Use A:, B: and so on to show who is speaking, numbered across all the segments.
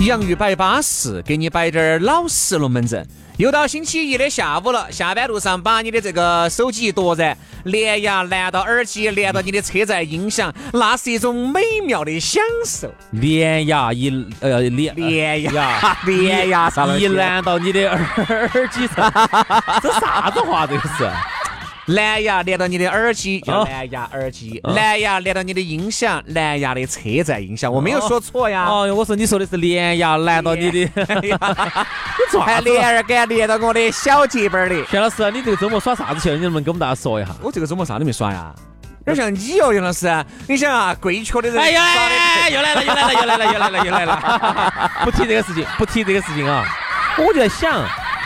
A: 洋芋摆巴适，给你摆点儿老实龙门阵。又到星期一的下午了，下班路上把你的这个手机一夺然，蓝牙连到耳机，连到你的车载音响，那是一种美妙的享受。
B: 连牙一呃连
A: 连牙
B: 呀，
A: 连牙啥东西
B: 一拦到你的耳耳机上，这啥子话这个是？
A: 蓝牙连到你的耳机，叫
B: 啊
A: 蓝牙耳机；蓝牙连到你的音响，蓝牙的车载音响。我没有
B: 哦
A: 说错呀。
B: 哦哟，我说你说的是连牙拦到你的， 哎
A: 哎呀，
B: 你 做
A: 还
B: 啥子
A: 连
B: 了？
A: 儿敢连到我的小结巴儿的。
B: 田老师，你这个周末耍啥子去了？你能不能给我们大家说一下？
A: 我这个周末啥都没耍呀，有点像你哦，杨老师。你想啊，跪圈的人，
B: 哎 呀，哎呀又来了，又来了，又来了，又来了，又来了！不提这个事情，不提这个事情啊！我就在想，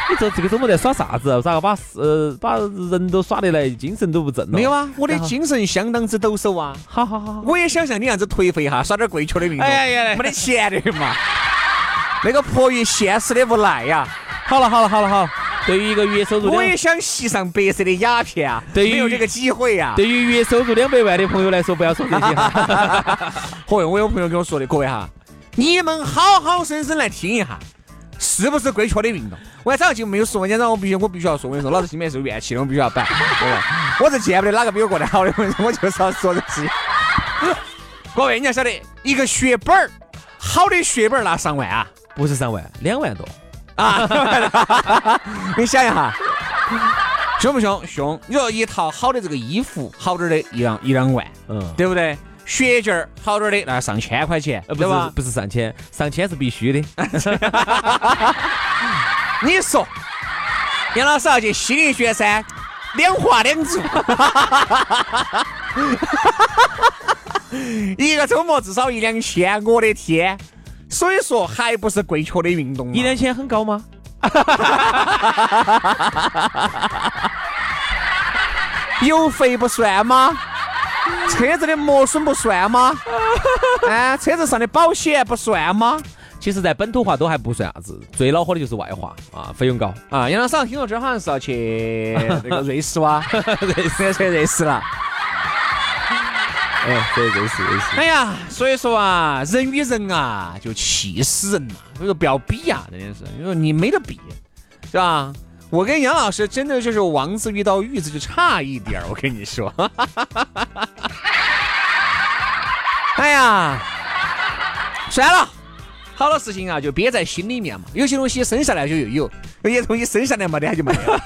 B: 你这这个周末在耍啥子？咋个把呃把人都耍得来，精神都不正了？
A: 没有， 啊，我的
B: 然后
A: 精神相当之抖擞啊。
B: 好好好好。
A: 我也想像你那样子颓废哈，耍点跪圈的运动。
B: 哎呀呀呀
A: 没得钱的嘛。那个迫于现实的无奈呀，
B: 好了好了好了好了，对于一个月收入
A: 我也
B: 两，
A: 想吸上白色的鸦片啊，
B: 对于
A: 没有这个机会啊呀。
B: 对于月收入两百万的朋友来说，不要说这些哈。
A: 嚯，我有朋友跟我说的，各位哈，你们好好生生来听一下，是不是跪圈的运动？我早上就没有说，今天我必须我必须要说，我跟你说，老子心里面是有怨气的，我必须要摆。对吧我是见不得哪个比我过得好的，我跟你说，我就是要说这事情。 各位，你要晓得，一个血本儿，好的血本儿拿上万啊
B: 不是三万，两万多。
A: 啊！你想一下，凶不凶？凶！你说一套好的这个衣服，好点儿的一两一两万，
B: 嗯，
A: 对不对？血劲儿好点儿的那上千块钱，
B: 呃，不
A: 对吧
B: 是？不是上千，上千是必须 的。
A: 你说，杨老师要去西林学噻，两花两注， 一个周末至少一两千，我的天！所以说，还不是跪瘸的运动嘛
B: 一两千很高吗？
A: 油费不算吗？车子的磨损不算 吗？啊，车子上的保险不算吗？
B: 其实，在本土化都还不算啥子，最恼火的就是外化啊，费用高。
A: 啊，杨老师好像听说这儿好像是要去那个瑞士哇， 瑞士 去瑞士了。嗯
B: 哎，对，对是对是。
A: 哎呀，所以说啊，人与人啊，就气死人了。所以说不要比呀、真的是，因为你没得比，是吧？我跟杨老师真的就是王字遇到玉字就差一点儿我跟你说。 哎呀，算了，好多事情啊就憋在心里面嘛，有些东西生下来就又有，有些东西生下来没得它就没有。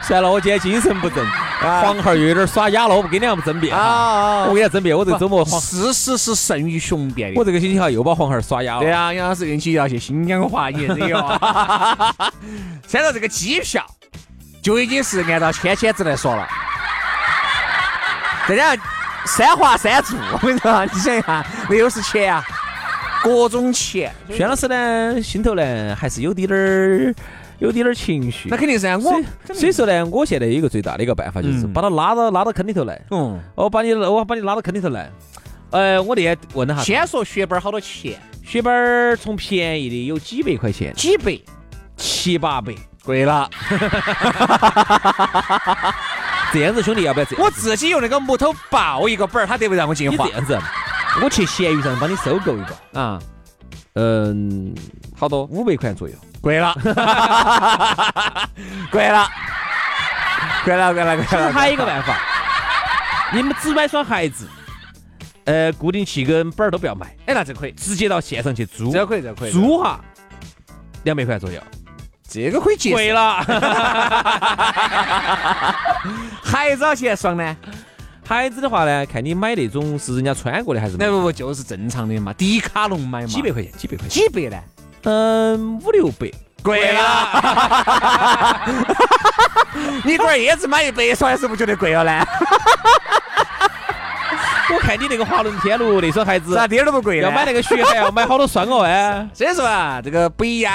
B: 算了，我今天精神不正，黄孩儿又有点耍哑了，我不跟两个争辩啊。我
A: 啊，
B: 跟他争辩，我这个周末黄，
A: 事实是胜于雄辩的
B: 我。这个星期哈又把黄孩儿耍哑
A: 对
B: 了。
A: 啊，杨老师运气要去新疆华谊旅 游，虽然说这个机票就已经是按照千千子来说了，再加上三花三住，我跟你说，你想一下，那又是钱啊，各种钱，
B: 轩老师呢，心头呢还是有滴点儿，有滴点儿情绪。
A: 那肯定噻，啊我
B: 所以所以说呢，我现在有一个最大的一个办法，就是
A: 嗯
B: 把他拉到拉到坑里头来。
A: 嗯，
B: 我把你我把你拉到坑里头来。呃，我那天问了哈，
A: 先说血本儿好多钱，
B: 血本儿从便宜的有几百块钱，
A: 几百，
B: 七八百，
A: 贵了，
B: 这样子兄弟要不要这样？
A: 我自己用那个木头抱一个本儿，他得不得让我进
B: 你
A: 化
B: 这样子，我去闲鱼上帮你收购一个，
A: 啊？
B: 嗯，好多五百块左右。
A: 贵了，贵了，贵了，贵了，贵
B: 其实
A: 了。
B: 还有一个办法，你们只买双鞋子，呃，固定器跟板儿都不要买，
A: 哎，那这可以，
B: 直接到线上去租
A: 这，个可以，这个可以，
B: 租哈两百块左右，
A: 这个可以接受，
B: 贵 了。
A: 还找钱爽呢？
B: 孩子的话呢，看你买那种是人家穿过的还是没
A: 那不不就是正常的嘛，迪卡侬买嘛，
B: 几百块钱，几百块钱，
A: 几百呢？
B: 嗯，五六百。
A: 贵了， 你管椰子买一百双是不是觉得贵了呢？
B: 我看你那个华伦天奴那双鞋子，
A: 咋点儿都不贵呢？
B: 要买那个鞋还要买好多双哦哎。
A: 所以说啊，这个不一样，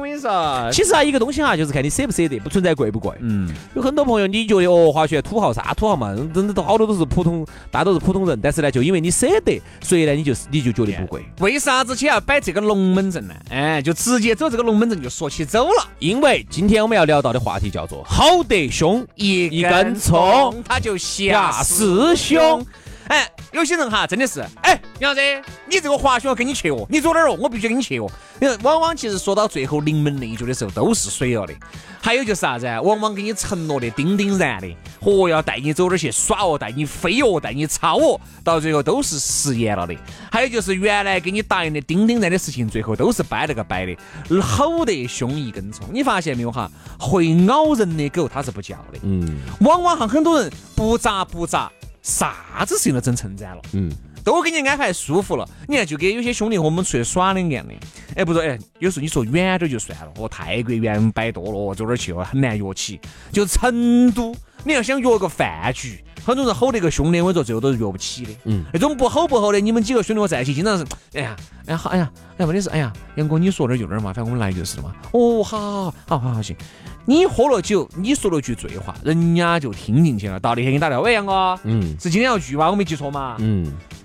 A: 我跟你说，
B: 其实啊，一个东西啊，就是看你舍不舍得，不存在贵不贵。
A: 哎嗯，
B: 有很多朋友，你觉得哦，滑雪土豪啥土豪嘛，真的都好多都是普通，大多是普通人。但是呢，就因为你舍得，所以呢，你就你就觉得不贵，
A: 为啥子先要摆这个龙门阵呢？哎，就直接走这个龙门阵就说起走了。
B: 因为今天我们要聊到的话题叫做“好得凶，
A: 一
B: 一根葱
A: 它就吓
B: 呀
A: 死
B: 师
A: 凶
B: 兄。。
A: 哎，有些人哈，真的是，哎，杨子，你这个滑雪我跟你去哦，你走哪儿哦，我必须跟你去哦。因为往往其实说到最后临门那一脚的时候，都是水了哦的。还有就是啥子啊，往往给你承诺的叮叮然的，哦，要带你走哪儿去耍哦，带你飞哦，带你操哦，到最后都是实验了的。还有就是原来给你答应的叮叮然的事情，最后都是掰了个掰的，吼得凶一根葱。你发现没有哈？会咬人的狗它是不叫的。
B: 嗯
A: 往往哈，很多人不咋不咋，啥子事情都整成展了，
B: 嗯，
A: 都给你安排舒服了。你看，就跟有些兄弟和我们出去耍的一样的。哎，不说，哎，有时候你说远点儿就算了，哦，泰国远摆多了，哦走哪儿去哦，很难约起。就成都，你要想约个饭局，很多人吼得个凶的，我跟你说最后都是约不起的。
B: 嗯，
A: 那种不吼不吼的，你们几个兄弟伙在一起，经常是，哎呀，哎呀，好，哎呀，哎，问题是，哎呀，杨哥，你说哪儿就哪儿嘛，反正我们来就是了嘛。哦，好好好好好行。你喝了酒，你说了句醉话，人家就听进去了。到那天给你打电话，喂，杨哥，
B: 嗯
A: 是今天要聚吗？我没记错嘛？
B: 嗯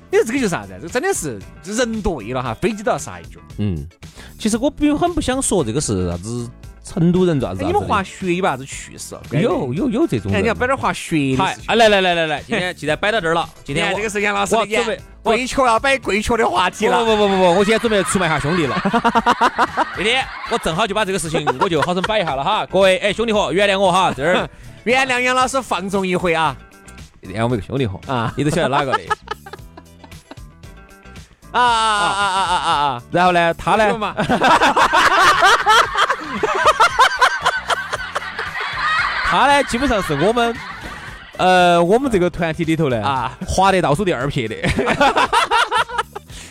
A: 你说这个就是啥子？这真的是人对了哈，飞机都要杀一脚。
B: 嗯。其实我不很不想说这个是啥子成都人咋子
A: 哎，
B: 啥
A: 你
B: 子
A: 们
B: 的
A: 滑雪有啥子趣事？
B: 有，有有这种
A: 哎，
B: 人
A: 你要摆点滑雪的
B: 嗨
A: 事情。
B: 啊！来来来来来，今天既然摆到这儿了，今
A: 哎今
B: 天
A: 天
B: 我
A: 哎这个是杨老师
B: 我
A: 的演
B: 准备我
A: 跪求要摆跪求的话题
B: 不
A: 了。
B: 不不不不，我今天准备出卖一下兄弟 了。那天我正好就把这个事情，我就好生摆一下了哈。各位，哎，兄弟伙，原谅我哈，这儿
A: 原谅杨老师放纵一回啊
B: 原谅我们兄弟伙，
A: 啊
B: 你都晓得哪个的。
A: 啊啊啊啊啊啊！
B: 然后呢，他
A: 来
B: 呢，
A: 嘛，
B: 他呢，基本上是我们，呃，我们这个团体里头呢，
A: 啊，
B: 滑得倒数第二撇的，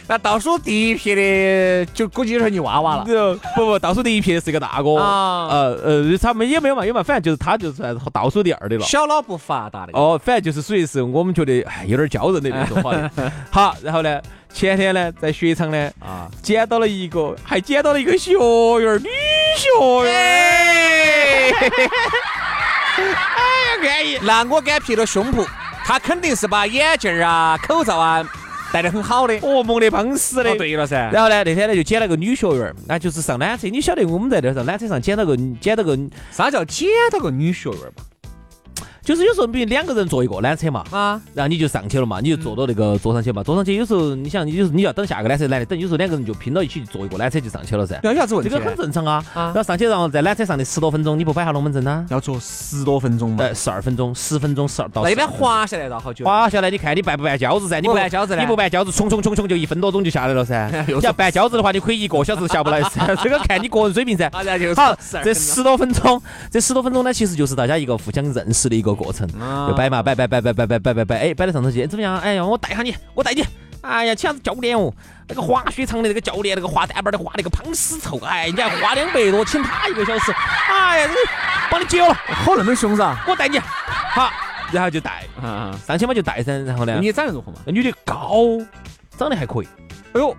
A: 那倒数第一批的就估计就是你娃 娃了
B: 不不，倒数第一撇的是个大哥，
A: 啊。
B: 呃呃，他们也没有嘛，有嘛，反正就是他就是倒数第二的了。
A: 小脑不发达的，
B: 哦，反正就是属于是我们觉得哎有点骄人的那种 好的。好，然后呢，前天呢在雪场呢
A: 啊，
B: 捡到了一个，还捡到了一个学员儿，女学员儿。
A: 哎那我敢撇到胸脯，他肯定是把眼镜儿啊、口罩啊戴得很好的。
B: 哦，猛得帮死的。
A: 对了噻，
B: 然后呢，那天呢就捡了个女学员儿，那就是上缆车。你晓得我们在那儿上缆车上捡到个捡到个，
A: 啥叫捡到个女学员嘛？
B: 就是有时候比如两个人坐一个缆车嘛，
A: 啊，
B: 然后你就上去了嘛，你就坐到那个坐上去
A: 嗯
B: 嘛，坐上去有时候你想，你就是你要等下个缆车来的，等有时候两个人就拼到一起坐一个缆车就上去了�噻。
A: 要有啥子问
B: 这
A: 题
B: 个
A: 呢？
B: 很正常啊。
A: 嗯啊
B: 然后上去，然后在缆车上的十多分钟，你不摆下龙门阵啊呢？
A: 要坐十多分钟嘛。
B: 呃，十二分钟、十分钟、十二到
A: 那一般
B: 12
A: 哦滑下来到好久？
B: 滑下来，你看你办不办饺子噻？你
A: 我办饺子嘞哎
B: 你不办饺子，冲冲冲冲就一分多钟就下来了 噻。你要办饺子的话，你可以一个小时下不来噻。这个看你个人水平噻。
A: 啊，然后就
B: 好
A: 12，分钟
B: 这十多分钟，这十多分钟呢，其实就是大家一个互相认识的一个过程。
A: 啊
B: 就摆嘛，摆摆摆摆摆摆摆摆摆，哎，摆到上头去，哎怎么样？哎呀，我带下你，我带你。哎呀，请啥子教练哦？那个滑雪场的那个教练，那个滑单板的滑那个胖死臭，哎，你还花两百多，请他一个小时，哎呀，这帮你解了，
A: 好那么凶噻？
B: 我带你。好，然后就带
A: 啊，
B: 上去嘛，就带噻，然后呢，
A: 你长得如何嘛？
B: 那女的高，长得还可以，
A: 哎呦，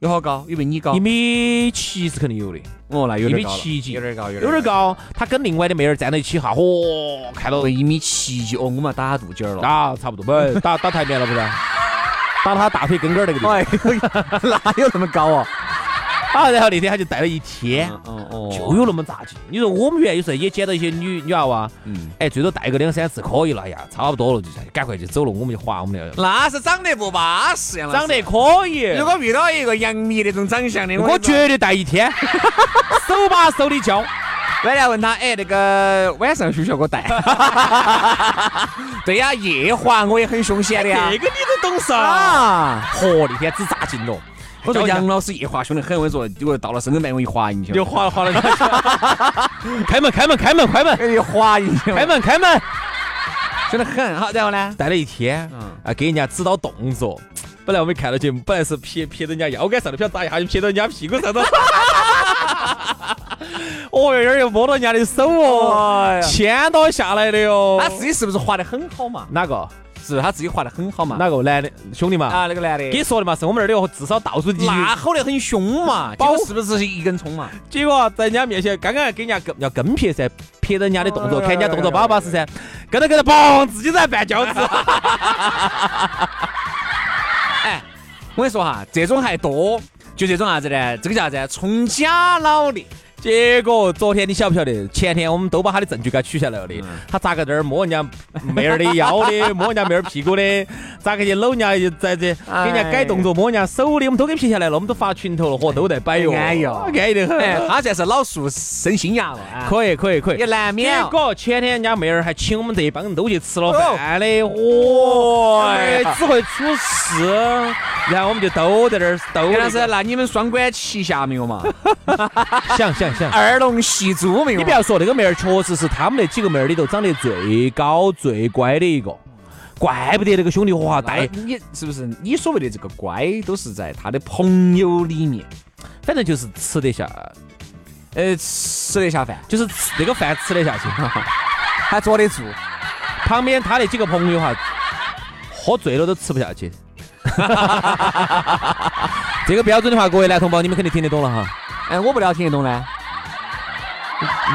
A: 有好高，有比你高
B: 一。米七是肯定有的，
A: 哦，那有
B: 一
A: 点
B: 米
A: 高了，
B: 七几
A: 有点高，有
B: 有点。高。她跟另外的妹儿站到一起哈，嚯，看到
A: 哦，一米七几，哦，我们要打肚尖儿了。
B: 啊，差不多，不打打台面了不是？打她大腿根根儿那个地方。
A: 哎呦， 哪有那么高啊？
B: 好，然后那天她就带了一天，
A: 哦哦
B: 就有那么杂技。你说我们原来有时候也捡到一些女女娃娃，
A: 嗯，
B: 哎，最多带个两三次可以了，哎呀，差不多了，就赶快就走了，我们就划我们的。
A: 那是长得不巴适，杨老师
B: 长得可以，
A: 嗯 如果遇到一个杨幂那种长相的，
B: 我
A: 觉
B: 绝对带一天，手把手的教。
A: 完了问他，哎，那个晚上需不需要给我带？ 对呀、夜滑我也很凶险的呀。
B: 这个你都懂噻？
A: 啊！
B: 嚯，那天只扎进 了，
A: 我说
B: 教一下
A: 杨老师夜滑凶得很，我跟你说，我到了深圳半，我一滑进去
B: 又
A: 了，
B: 滑了滑了。 开门开门开门快门
A: 哎一滑进去
B: 开
A: 了，
B: 门开门！
A: 凶得很。好，然后呢？
B: 待了一天，
A: 嗯
B: 啊，给人家指导动作。本来我们看到节目，本来是撇撇到人家腰杆上的，不晓得咋一下就撇到人家屁股上头。 哦哟，有点又摸到人家的手哦，牵到下来的哟。
A: 他啊自己是不是滑得很好嘛？
B: 哪个？
A: 是不是他自己滑得很好嘛？
B: 哪个男的兄弟嘛？
A: 啊，那个男的，
B: 给说的嘛，是我们那儿的哦，至少倒数第一。
A: 那吼得很凶嘛，包是不是一根葱嘛？
B: 结果在人家面前，刚刚还给人家跟要跟撇噻，撇到人家的动作，看人家动作巴巴适噻，跟着跟着，嘣，自己在绊脚趾。
A: 嗯我跟你说哈，这种还多，就这种啥子呢？这个叫啥子？从假老的，
B: 结果昨天你晓不晓得？前天我们都把他的证据给他取下来了的。
A: 嗯
B: 他咋个在那儿摸人家妹儿的腰的，摸人家妹儿屁 股的，咋个去搂人家，就在这
A: 哎
B: 给人家改动作，摸人家手的，我们都给撇下来了，我们都发群头了，嚯，都在摆哟，
A: 安逸哦
B: 安逸得
A: 哎，
B: 很。
A: 他这是老树生新芽了啊，
B: 可以可以可以
A: 也。难免
B: 结
A: 哦。
B: 果前天人家妹儿还请我们这一帮人都去吃了饭的，哇、哎只会出事。然后我们就都在那儿都
A: 杨老师，那你们双管齐下没有嘛？
B: 想想想，
A: 二龙戏珠没有嘛
B: 你不？要说那个妹儿，确实是他们那几个妹儿里头长得最高最乖的一个，怪不得那个兄弟哇带，
A: 你是不是你所谓的这个乖，都是在他的朋友里面，
B: 反正就是吃得下，
A: 呃，吃得下饭，
B: 就是吃那个饭吃得下去。
A: 还坐得住。
B: 旁边他那几个朋友哈，喝醉了都吃不下去。这个标准的话，各位男同胞，你们肯定听得懂了哈。
A: 哎，我不聊听得懂呢。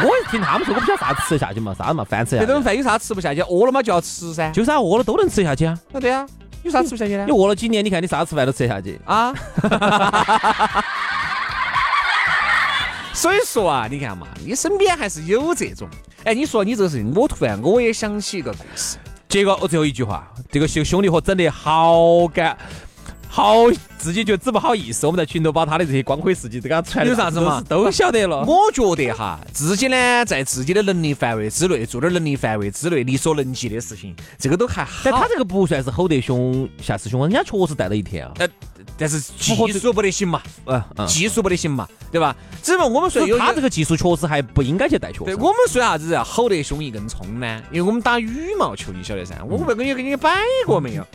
B: 我也听他们说，我不晓得啥子吃得下去嘛，啥子嘛饭吃得
A: 这
B: 下去
A: 顿，饭有啥吃不下去？饿了啊嘛就要吃噻。
B: 就是啊，饿了都能吃得下去啊。
A: 啊，对啊，有啥吃不下去呢
B: 你？饿了几年，你看你啥子饭都吃得下去。
A: 啊。 所以说啊，你看嘛，你身边还是有这种。哎，你说你这个事情，我突然我也想起一个故事。
B: 结果我最后一句话，这个兄兄弟伙整得好干，好自己觉得自不好意思。我们在群头把他的这些光辉事迹都给他传，
A: 有啥子嘛
B: 都晓得了。
A: 我觉得哈，自己呢在自己的能力范围之内做点能力范围之内力所能及的事情，这个都还好。
B: 但他这个不算是吼得凶吓死凶，人家确实带了一天啊。
A: 呃，但是技术不得行嘛，
B: 嗯嗯，
A: 技术不得行嘛，对吧？只不过我们说
B: 所以
A: 有
B: 他这个技术确实还不应该去带学
A: 对
B: 生。
A: 我们说啥子啊吼得凶一根葱呢？因为我们打羽毛球，你晓得
B: 嗯
A: 噻，我不跟你给你摆过没有？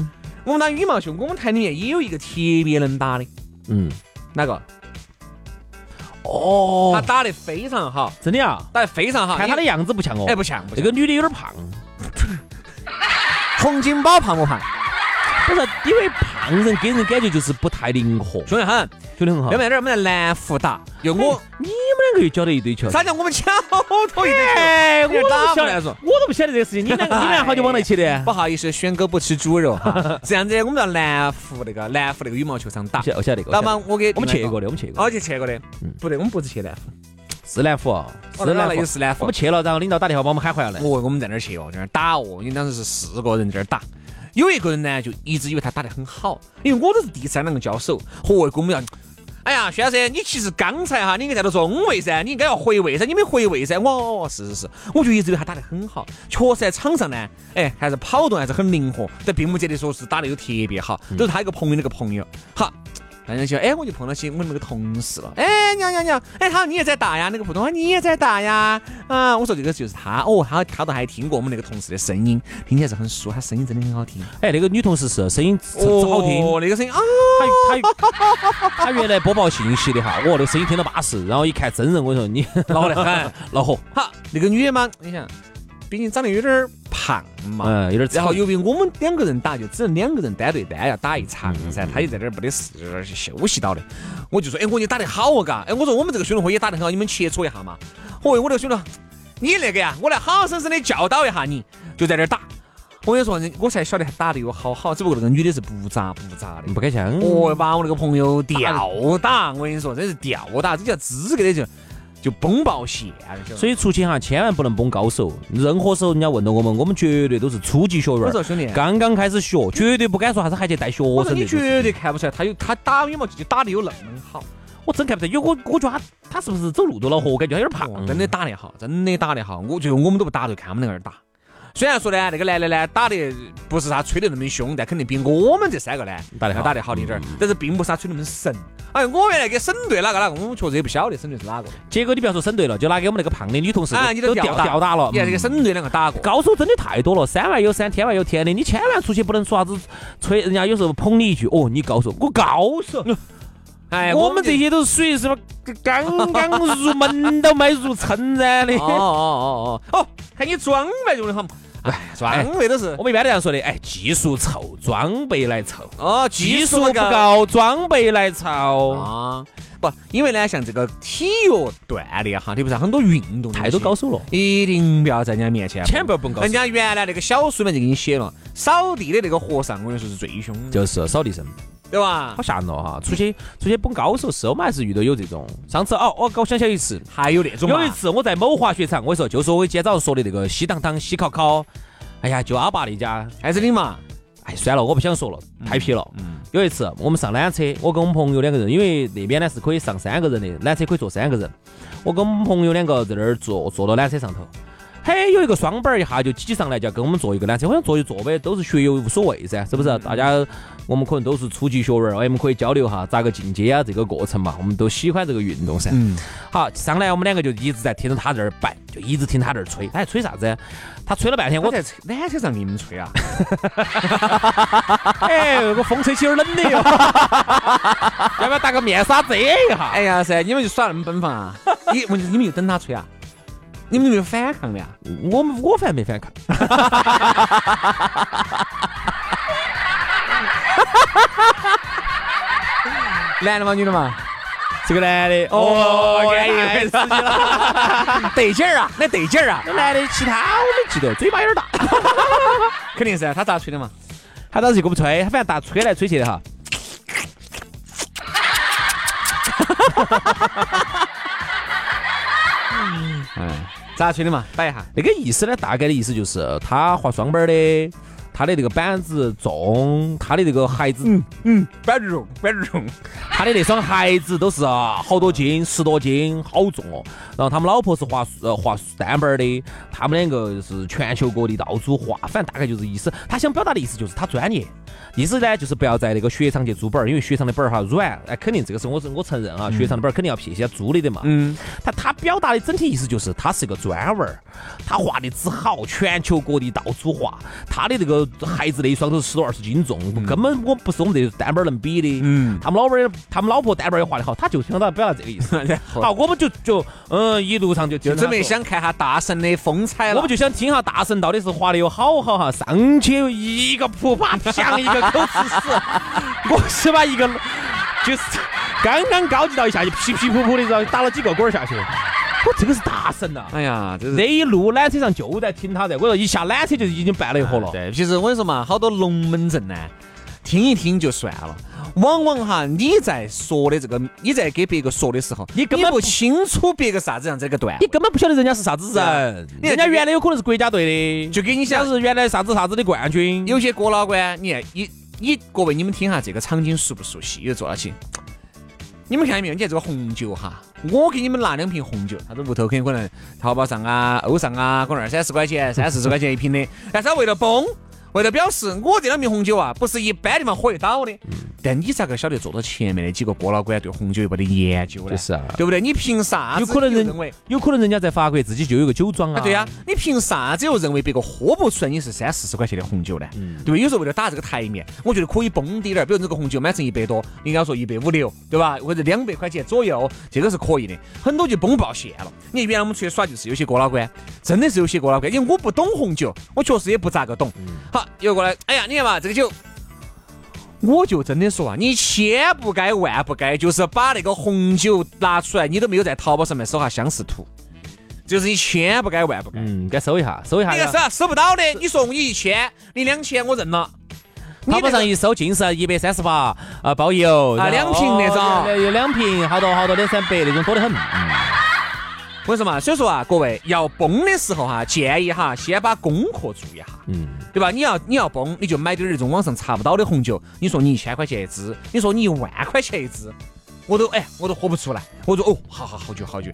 A: 我们打羽毛球，我们台里面也有一个特别能打的，
B: 嗯，
A: 哪个？他
B: 哦，
A: 打得非常好，
B: 真的啊，
A: 打得非常好。
B: 看他的样子不像哦
A: 因为，哎，不像不
B: 那
A: 像。
B: 个女的有点胖，
A: 洪金宝胖不胖？
B: 不是因为胖人给人感觉就是不太灵活，
A: 凶得很。
B: 兄弟很好。哎
A: 要不然这儿我们在南湖打，有我
B: 你们两个又搅得一堆球。
A: 啥哎叫我们抢头一堆球？
B: 哎，我
A: 有
B: 都
A: 点打哎
B: 不
A: 不
B: 晓
A: 来
B: 得
A: 说，
B: 我都不晓得这个事 情。你们两个，你们俩好久往在一起的？
A: 不好意思，轩哥不吃猪肉 哈。这样子，我们到南湖那个南湖那个羽毛球场打
B: 我。晓我晓得，我晓
A: 那
B: 得
A: 么我给
B: 我们去过的，我们去
A: 哦，
B: 过。
A: 就去过的
B: 嗯，
A: 不对，我们不是去南湖，
B: 是南湖，
A: 哦
B: 是
A: 那
B: 南
A: 了
B: 湖
A: 又。是南
B: 我
A: 湖
B: 们。去了，然后领导打电话把我们喊回来了。
A: 我我们在那儿去哦，在那儿打哦，因为当时是四个人在那儿打。有一个人呢，就一直以为他打得很好，因为我都是第三两个交手，嚯，跟我们要，哎呀，轩老师，你其实刚才哈，你应该在那中位噻，你应该要回位噻，你没回位噻，我哦是是是，我就一直以为他打得很好，确实在场上呢，哎，还是跑动还是很灵活，但并不见得说是打得有特别好，都是他一个朋友那个朋友，好。然后就哎，我就碰到起我们那个同事了。哎，娘娘娘，哎，他说你也在打呀，那个普通话你也在打呀。啊，我说这个就是他哦，他他都还听过我们那个同事的声音，听起来是很舒服，他声音真的很好听，
B: 哎，那个女同事是声音是好听，
A: 哦，那个声音啊，
B: 她她她原来播报信息的哈，我那个声音听到巴适，然后一看真人，我跟你说你
A: 恼得很。
B: 恼 火，
A: 好，那个女的嘛，你想，毕竟长得有点儿胖嘛，
B: 嗯，有点
A: 然后
B: 丑
A: 由于我们两个人打，就只能两个人单对单要打一场噻，他也在那儿没得事，就在那儿休息到的。我就说，哎，我你打得好哦，嘎，哎，我说我们这个兄弟伙也打得很好，你们切磋一下嘛。哦，我这个兄弟，你那个呀，我来好生生的教导一下你，就在那儿打。我跟你说，人我才晓得他打得有好好，只不过那个女的是不咋不咋的。
B: 不敢想。
A: 哦，把我那个朋友吊打，我跟你说，真是吊打，这叫资格的就就崩爆线了，晓得吗
B: 所以出去哈，千万不能崩高手。任何时候人家问到我们，我们绝对都是初级学员
A: 我说兄弟
B: 儿，刚刚开始学，绝对不敢说啥子还去带学
A: 我说
B: 生
A: 你
B: 那种。
A: 绝对看不出来，他有他打羽毛球就打得有那么好。
B: 我真看不得，因为我我觉得他他是不是走路都恼火？感觉有点胖
A: 哦，真的打得好，真的打得好。我觉得我们都不打，就看他们那个儿打。虽然说呢，那个男的呢打得不是他吹得那么凶，但肯定比我们这三个呢
B: 打得好嗯
A: 要打得好一点儿。但是并不是他吹得那么神。哎，我原来给省队哪个哪个，我们确实也不晓得省队是哪个的。
B: 结果你不要说省队了，就拿给我们那个胖的女同事
A: 哎，你
B: 都
A: 吊
B: 吊吊打了。
A: 你看这个
B: 嗯
A: 省队两个打过。
B: 高手真的太多了，山外有山，天外有天的。你千万出去不能说啥子吹，人家有时候捧你一句，哦，你高手，我高手。
A: 哎，
B: 我们这些都是属于什么？刚刚入门都没入称噻的。
A: 哦哦哦哦哦，看你装备用的好嘛，哎，装备都是
B: 我们一般都这样说的，哎，技术凑，装备来凑；
A: 哦，
B: 技术
A: 不
B: 不高，装备来凑。
A: 啊，不，因为呢，像这个体育锻炼哈，特别是很多运动的东西，
B: 太多高手了，
A: 一定不要在人家面前，
B: 千万不要蹦高手
A: 人家原来那个小书面就给你写了，扫地的那个和尚，我跟你说是最凶的，
B: 就是扫地僧。
A: 对吧
B: 好？吓人哦哈！出去出去蹦高手时，我们还是遇到有这种。上次哦，我我想起来一次，
A: 还有那种嘛
B: 有一次我在某滑雪场，我跟你说，就是我今天早上说的那个西塘塘西烤烤，哎呀，就阿爸那家，
A: 还是你嘛，
B: 哎，算了，我不想说了，太皮了。有一次我们上缆车，我跟我们朋友两个人，因为那边呢是可以上三个人的，缆车可以坐三个人。我跟我们朋友两个在那儿坐，坐到缆车上头，嘿，有一个双板儿一下就挤上来，就要跟我们坐一个缆车。我想坐就坐呗，都是学友无所谓噻，是不是？大家我们可能都是初级学员儿，哎我们可以交流哈，咋个进阶啊这个过程嘛，我们都喜欢这个运动噻。
A: 嗯，
B: 好，上来我们两个就一直在听着他这儿摆，就一直听他这儿吹，他还吹啥子？他吹了半天，我
A: 我在车缆车上给你们吹啊，
B: 哎，我风吹起有点 冷的哟，要不要搭个面纱遮一下？
A: 哎呀噻，你们就耍那么奔放啊， 你问题是你们又等他吹啊，你们有没有反抗的啊？
B: 我们我反正没反抗，
A: 男的嘛，女的嘛？
B: 这个男的哦，安逸
A: 哎
B: 死你了。
A: 得劲儿啊，那得劲儿啊，
B: 这男的其他我没记得，嘴巴有点大。
A: 肯定是啊他咋吹的嘛？
B: 他当时就给我们吹，他反正大吹来吹去的哈。
A: 咋吹的嘛？摆一下。
B: 那个意思呢，大概的意思就是他滑双板儿的，他的这个板子重，他的这个鞋子，
A: 嗯板儿重，板儿重。
B: 他的那双鞋子都是啊好多斤，十多斤，好重哦。然后他们老婆是滑呃滑单板儿的，他们两个是全球各地到处滑，反正大概就是意思。他想表达的意思就是他专业，意思呢就是不要在那个雪场去租板儿，因为雪场的板儿哈软，哎，肯定这个是我是我承认啊，雪场的板儿肯定要撇些租的的嘛。
A: 嗯，
B: 但他表达的整体意思就是，他是一个专文儿，他画的之好，全球各地到处画。他的这个孩子那一双都是十多二十斤重，根本我不是我们这单板儿能比的。
A: 嗯
B: 他们老板儿也，他们老婆单板儿也画的好，他就想到表达这个意思。 好，我们就就嗯，一路上就
A: 就准备
B: 听他说。
A: 想看下大神的风采了。
B: 我们就想听下大神到底是滑的有好好哈，上去一个扑啪，像一个口吃屎，我是把一个就是刚刚高级到一下就皮皮噗噗的，然后打了几个滚儿下去，我这个是大神呐、
A: 哎呀，这
B: 那
A: 是。
B: 一路缆车上就在听他在，我说一下缆车就已经办了一伙了。
A: 对，其实我跟你说嘛，好多龙门阵呢，听一听就算了。往往哈，你在说的这个，你在给别个说的时候，
B: 你根本
A: 不
B: 不
A: 清楚别个啥子样子一个段
B: 你，根本不晓得人家是啥子人，
A: 你看
B: 人家原来有可能是国家队的，
A: 就给你
B: 人
A: 想
B: 家，是原来啥子啥子的冠军。
A: 有些郭老倌，你看，你你各位你们听下这个场景熟不熟悉？又坐到起，你们看见没有？你看这个红酒哈，我给你们拿两瓶红酒，他这屋头肯定可能淘宝上啊、欧尚啊，可能二三十块钱、三四十块钱一瓶的，但是他为了崩。为了表示我这两瓶红酒啊，不是一般地方喝得到的，
B: 嗯
A: 但你咋个晓得坐到前面的几个郭老倌对红酒有没得研究呢？
B: 就是啊
A: 对不对？你凭啥子
B: 有可能
A: 就
B: 人
A: 认为
B: 有可能人家在法国自己就有个酒庄
A: 啊，
B: 啊。
A: 对呀、，你凭啥子又认为别个喝不出来你是三四十块钱的红酒呢？对不对？有时候为了打这个台面，我觉得可以崩低点儿，比如这个红酒买成一百多，你跟他说一百五六，对吧？或者两百块钱左右，这个是可以的。很多就崩爆线了。你看原来我们出去耍就是有些哥老倌，真的是有些哥老倌，因为我不懂红酒，我确实也不咋个懂。好，又过来，哎呀，你看嘛，这个酒。我就真的说啊，你千不该万不该，就是把那个红酒拿出来，你都没有在淘宝上面搜下相似图，就是你千不该万不该。
B: 嗯，该搜一下，搜一下。
A: 那个是收不到的。你说你一千，你两千我认了。
B: 淘宝上
A: 你
B: 一搜，尽是一百三十八啊，包邮
A: 啊
B: 然
A: 两
B: 后
A: 瓶那种
B: 哦有有两瓶，好多好多两三百那种多得很。
A: 这个为什么？所以说啊，各位要崩的时候哈、建议哈，先把功课做一下，
B: 嗯，
A: 对吧？你要你要崩，你就买点儿那种网上查不到的红酒。你说你一千块钱一支，你说你一万块钱一支，我都哎我都喝不出来。我说哦，好好好酒好酒。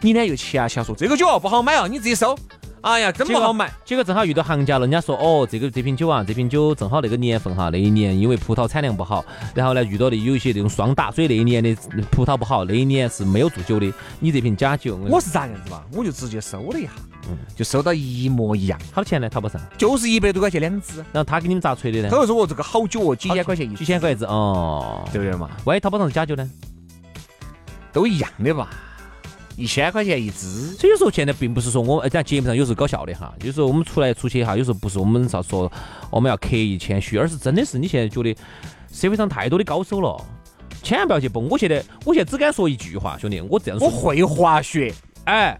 A: 你呢又掐掐说这个酒不好买哦，你自己收。哎呀，真
B: 结
A: 不
B: 果
A: 好买。
B: 结果正好遇到行家了，人家说哦，这个这瓶酒啊，这瓶酒正好那个年份哈，那一年因为葡萄产量不好，然后呢遇到的有一些那种双打，所以那一年的葡萄不好，那一年是没有做酒的。你这瓶假酒，
A: 我是咋样子嘛？我就直接收了一下，就收到一模一样，
B: 好多钱呢？淘宝上，
A: 就是一百多块钱两支。
B: 然后他给你们咋吹的呢
A: 他？又说我这个好酒哦，几千块钱一
B: 几
A: 支，
B: 千块子哦。
A: 对不对嘛？
B: 万一淘宝上是假酒呢？
A: 都一样的吧，一千块钱一支。
B: 所以说现在并不是说我们呃在节目上有时候搞笑的哈，有时候我们出来出去哈，有时候不是我们啥说我们要刻意谦虚，而是真的是你现在觉得社会上太多的高手了，千万不要去蹦。我现在我现在只敢说一句话，兄弟，我这样
A: 我
B: 说，
A: 会滑雪，
B: 哎，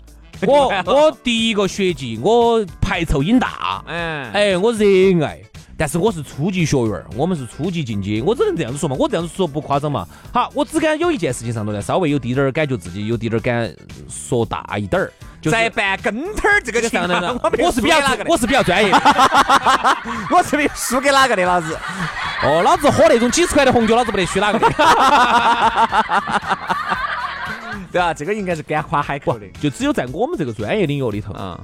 B: 我我第一个学籍，我牌臭瘾大，
A: 嗯，
B: 哎，我热爱。但是我是初级学员儿，我们是初级进阶，我只能这样子说嘛，我这样子说不夸张嘛。好，我只敢有一件事情上头呢，稍微有滴点儿感觉自己有滴点儿敢说大一点儿，就是
A: 在办跟头儿这个
B: 这个
A: 情
B: 上来
A: 况
B: 了，
A: 没有
B: 我是比
A: 输给
B: 较
A: 哪个的
B: 我是比较专业。
A: 我是没有输给哪个的，老子。
B: 哦，老子喝那种几十块的红酒，老子不得虚哪个的。
A: 对啊，这个应该是敢夸海口的。
B: 就只有在我们这个专业领域里头，
A: 啊，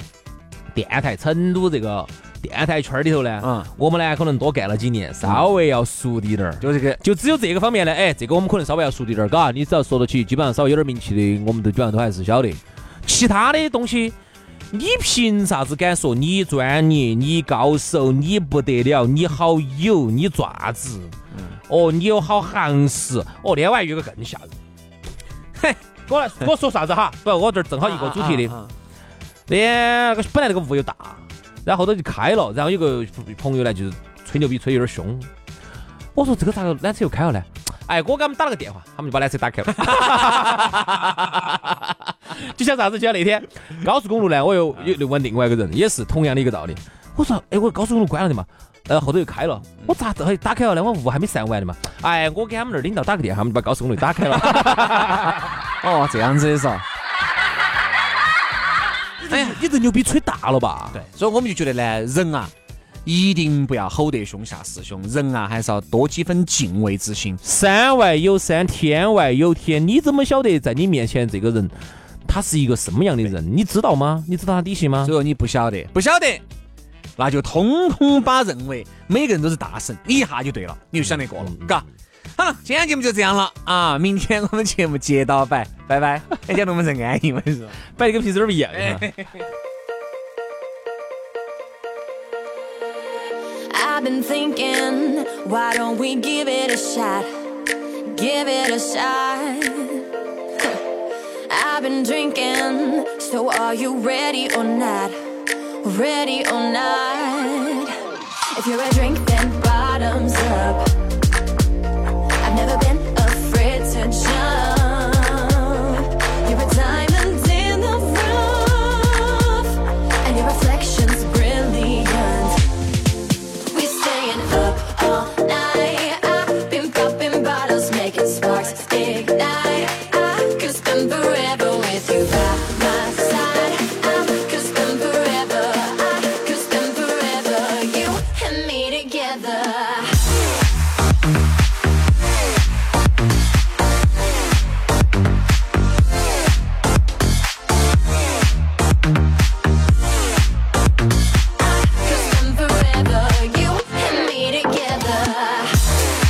B: 电台成都这个电台圈儿里头呢，
A: 嗯
B: 我们呢可能多干了几年，稍微要熟滴点儿。
A: 就这个
B: 就只有这个方面呢，哎，这个我们可能稍微要熟滴点儿，嘎，你只要说得起，基本上稍微有点名气的，我们都基本上都还是晓得。其他的东西，你凭啥子敢说你专业、你高手、你不得了、你好友、你爪子？
A: 嗯
B: 哦，你有好行势。哦，另外有一个更吓人，嘿，我来我说啥子哈？不，我这儿正好一个主题的。哎
A: 啊
B: 那个本来那个屋又大，然后后头就开了，然后有个朋友呢就是吹牛逼吹有点凶，我说这个咋个缆车又开了呢？哎，我给他们打了个电话，他们就把缆车打开了。 就像啥子？就像那天高速公路呢，我又又问另外一个人，也是同样的一个道理。我说，哎，我高速公路关了的嘛，呃，后头又开了，我咋这还打开了呢？我雾还没散完的嘛。哎，我给他们那儿领导打个电话，他们就把高速公路打开了。
A: 哦，这样子的是吧？
B: 哎呀，你这牛逼吹大了吧？
A: 对，所以我们就觉得呢，人啊，一定不要吼得凶吓死凶，人啊还是要多几分敬畏之心。
B: 山外有山，天外有天。你怎么晓得在你面前这个人，他是一个什么样的人？你知道吗？你知道他底细吗
A: 所以？说你不晓得，不晓得，那就通通把认为每个人都是大神，一下就对了，你就想得过了，嘎。好了，今天节目就这样了啊！明天我们节目接到摆，拜拜。 哎，讲龙门阵安逸，我跟你说。
B: 摆的跟皮子儿不一样。 是吧
C: I've been thinking, why don't we give it a shot? Give it a shot. I've been drinking, so are you ready or not? Ready or not? If you're a drink, then bottoms up. I've never been afraid to jump. You're a diamond in the rough, and your reflection's brilliant. We staying up all night. I've been popping bottles, making sparks ignite. I could spend forever with you by my side. I could spend forever. I could spend forever. You and me together. Cause spend forever, you and me together.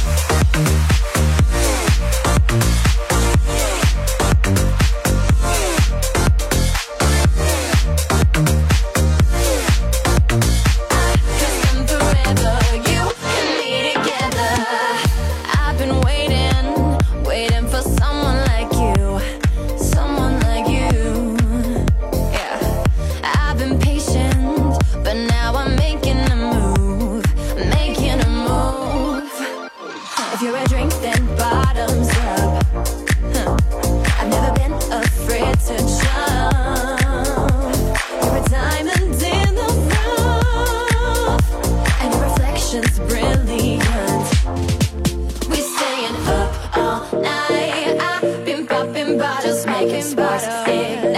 C: Cause spend forever, you and me together. I've been waiting, waiting for someone like you, someone like you. Yeah, I've been patient, but now I'm making a move, making a move. If you're a drink, then bottoms up. Huh. I've never been afraid to jump. You're a diamond in the rough, and your reflection's brilliant. We staying up all night. I've been popping bottles, making sparks ignite.